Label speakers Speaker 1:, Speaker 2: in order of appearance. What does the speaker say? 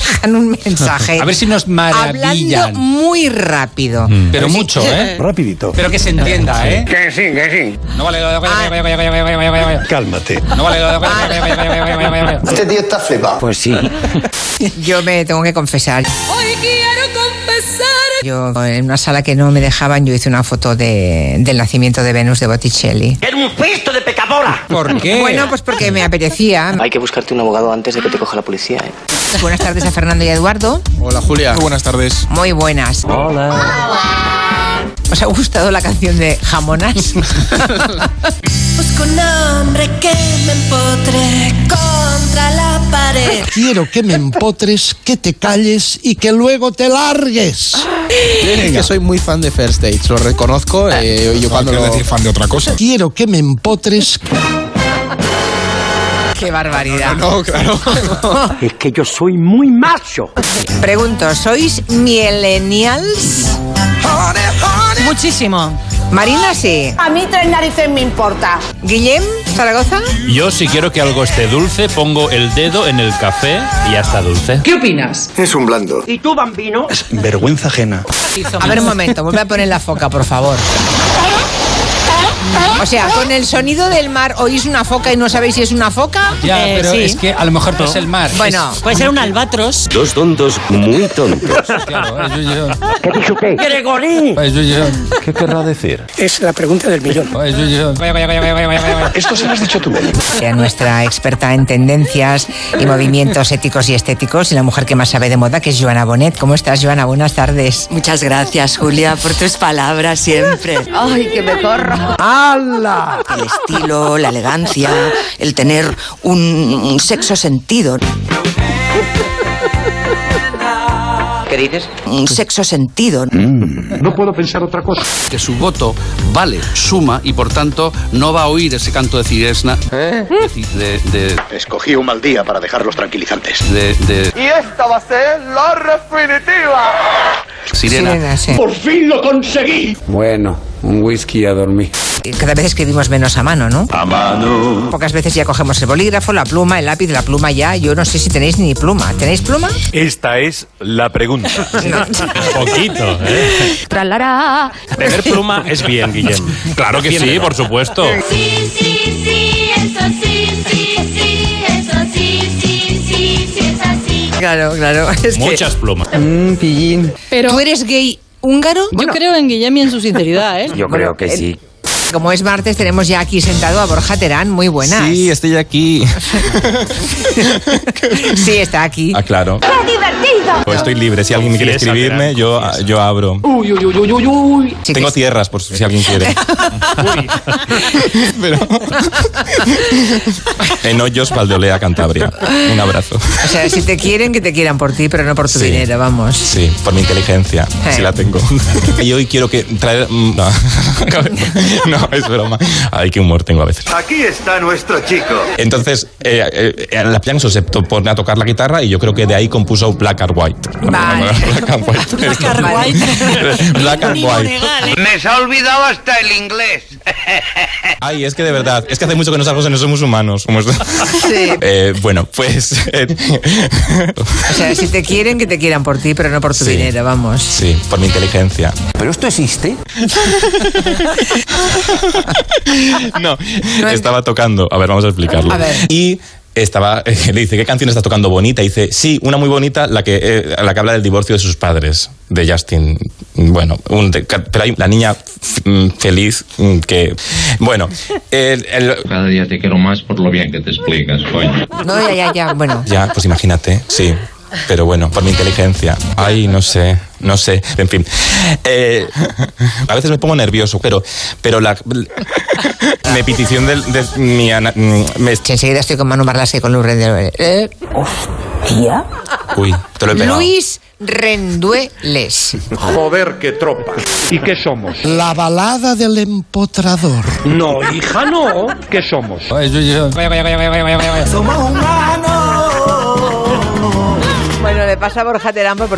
Speaker 1: dejan un mensaje.
Speaker 2: A ver si nos maravillan.
Speaker 1: Eh, Hablando muy rápido.
Speaker 2: Pero mucho, ¿eh?
Speaker 3: Rapidito.
Speaker 2: Pero que se entienda, ¿eh?
Speaker 4: Que sí, que sí.
Speaker 2: No vale lo de...
Speaker 3: Cálmate.
Speaker 2: No vale lo de...
Speaker 5: Este tío está flipado.
Speaker 6: Pues sí.
Speaker 1: Yo me tengo que confesar.
Speaker 7: Hoy quiero confesar.
Speaker 1: Yo en una sala que no me dejaban, yo hice una foto de- del nacimiento de Venus de Botticelli.
Speaker 8: ¡Era un puesto de pecadora!
Speaker 2: ¿Por qué?
Speaker 1: Bueno, pues porque me apetecía.
Speaker 9: Hay que buscarte un abogado antes de que te coja la policía, ¿eh?
Speaker 1: Buenas tardes a Fernando y a Eduardo.
Speaker 10: Hola Julia. Muy buenas tardes.
Speaker 1: Muy buenas. Hola. ¿Os ha gustado la canción de Jamonas?
Speaker 7: Busco un hombre que me empotre contra la pared.
Speaker 11: Quiero que me empotres, que te calles y que luego te largues.
Speaker 10: Ah. Es que soy muy fan de First Dates, lo reconozco. eh, yo cuando lo...
Speaker 3: Ah. decir fan de otra cosa?
Speaker 11: Quiero que me empotres.
Speaker 1: ¡Qué barbaridad!
Speaker 10: No, claro.
Speaker 8: Es que yo soy muy macho.
Speaker 1: Pregunto, ¿sois millennials?
Speaker 12: Muchísimo.
Speaker 1: Marina, sí.
Speaker 7: A mí tres narices me importa.
Speaker 1: Guillem, Zaragoza.
Speaker 13: Yo si quiero que algo esté dulce, pongo el dedo en el café y ya está dulce.
Speaker 12: ¿Qué opinas?
Speaker 5: Es un blando.
Speaker 8: ¿Y tú, bambino?
Speaker 3: Vergüenza ajena.
Speaker 1: A ver, un momento, vuelve a poner la foca, por favor. O sea, con el sonido del mar oís una foca y no sabéis si es una foca.
Speaker 2: Ya,
Speaker 12: Eh,
Speaker 2: pero
Speaker 12: sí.
Speaker 2: es que a lo mejor no es el mar.
Speaker 1: Bueno, pues
Speaker 12: Puede ser un albatros.
Speaker 6: Dos tontos muy tontos.
Speaker 2: Es- claro, es Yuyo.
Speaker 8: ¿Qué dijo qué? ¡Gregorín!
Speaker 2: Es Yuyo.
Speaker 3: ¿Qué querrá decir?
Speaker 4: Es la pregunta del millón.
Speaker 2: Es Yuyo.
Speaker 3: Esto se lo has dicho tú.
Speaker 1: sea nuestra experta en tendencias y movimientos éticos y estéticos y la mujer que más sabe de moda, que es Joana Bonet. ¿Cómo estás, Joana? Buenas tardes.
Speaker 12: Muchas gracias, Julia, por tus palabras siempre.
Speaker 7: Ay, que me corro.
Speaker 5: ¡Hala!
Speaker 12: El estilo, la elegancia, el tener un sexo sentido.
Speaker 9: ¿Qué dices?
Speaker 12: Un sexo sentido.
Speaker 4: No puedo pensar otra cosa.
Speaker 6: Que su voto vale, suma y por tanto no va a oír ese canto de Ciresna. De, ci- de, de,
Speaker 5: Escogí un mal día para dejarlos tranquilizantes.
Speaker 6: de- de
Speaker 8: Y esta va a ser la definitiva.
Speaker 6: sirena.
Speaker 1: Sirena, sí.
Speaker 4: ¡Por fin lo conseguí!
Speaker 6: Bueno, un whisky a dormir.
Speaker 1: Eh, Cada vez escribimos menos a mano, ¿no? A mano. Pocas veces ya cogemos el bolígrafo, la pluma, el lápiz, la pluma ya. Yo no sé si tenéis ni pluma. ¿Tenéis pluma?
Speaker 3: Esta es la pregunta.
Speaker 13: Poquito, ¿eh?
Speaker 7: Tralará.
Speaker 13: Tener pluma es bien, Guillem. Claro que sí, por supuesto.
Speaker 7: Sí, sí, sí, eso sí, sí, sí, eso sí, sí, sí, sí, es así.
Speaker 1: Claro, claro. Es que-
Speaker 13: Muchas plumas.
Speaker 10: Mm,
Speaker 1: ¿Tú eres gay húngaro? Bueno,
Speaker 12: creo en Guillem y en su sinceridad, ¿eh?
Speaker 6: Yo creo que sí.
Speaker 1: Como es martes, tenemos ya aquí sentado a Borja Terán. Muy buenas.
Speaker 10: Sí, estoy aquí.
Speaker 1: Sí, está aquí.
Speaker 3: Ah, claro.
Speaker 7: ¡Qué divertido! Uh.
Speaker 3: Pues estoy libre. Si alguien quiere
Speaker 13: Confiesa,
Speaker 3: escribirme,
Speaker 13: Terán,
Speaker 3: yo,
Speaker 13: confiesa.
Speaker 3: yo abro.
Speaker 4: Uy, uy, uy, uy, uy, uy.
Speaker 1: Sí,
Speaker 3: Tengo
Speaker 1: que-
Speaker 3: tierras, por si si alguien quiere. Pero... en Hoyos, Valdeolea, Cantabria. Un abrazo.
Speaker 1: O sea, si te quieren, que te quieran por ti, pero no por tu
Speaker 3: Sí.
Speaker 1: dinero, vamos.
Speaker 3: Sí, por mi inteligencia,
Speaker 1: Eh.
Speaker 3: si la tengo. Y hoy quiero que traer... mm, No, no es broma. Ay, qué humor tengo a veces.
Speaker 5: Aquí está nuestro chico.
Speaker 3: Entonces, eh, eh, eh, la pianso se to- pone a tocar la guitarra y yo creo que de ahí compuso Black and White.
Speaker 1: Vale.
Speaker 3: Black and White.
Speaker 12: Black and White.
Speaker 3: Black and White.
Speaker 8: Me se ha olvidado hasta el inglés.
Speaker 3: Ay, es que de verdad, es que hace mucho que no salgo, no somos humanos. Somos-
Speaker 1: Sí.
Speaker 3: Eh, bueno, pues... eh,
Speaker 1: O sea, si te quieren, que te quieran por ti, pero no por tu
Speaker 3: Sí.
Speaker 1: dinero, vamos.
Speaker 3: sí, por mi inteligencia.
Speaker 6: ¿Pero esto existe?
Speaker 3: No,
Speaker 1: No ent-
Speaker 3: estaba tocando. A ver, vamos a explicarlo.
Speaker 1: A ver.
Speaker 3: Y estaba, le dice, ¿qué canción está tocando bonita? Y dice, sí, una muy bonita, la que, eh, la que habla del divorcio de sus padres, de Justin. Bueno, un de- pero hay la niña f- mm, feliz mm, que. Bueno, el- el-
Speaker 9: Cada día te quiero más por lo bien que te explicas, coño.
Speaker 1: No, ya, ya, ya. Bueno,
Speaker 3: ya, pues imagínate, sí. Pero bueno, por mi inteligencia. Ay, no sé, no sé. En fin. Eh, a veces me pongo nervioso, pero, pero la. mi petición del- de, mi. ana- mm, me-
Speaker 1: si enseguida estoy con Manu Marlasque con Luis Rendueles. Eh,
Speaker 3: uy, te lo he pegado.
Speaker 1: Luis Rendueles.
Speaker 5: Joder, qué tropa.
Speaker 4: ¿Y qué somos?
Speaker 11: La balada del empotrador.
Speaker 4: No, hija, no. ¿Qué somos?
Speaker 2: Es Yuyo.
Speaker 1: Bueno, le pasa a Borja Terán pues por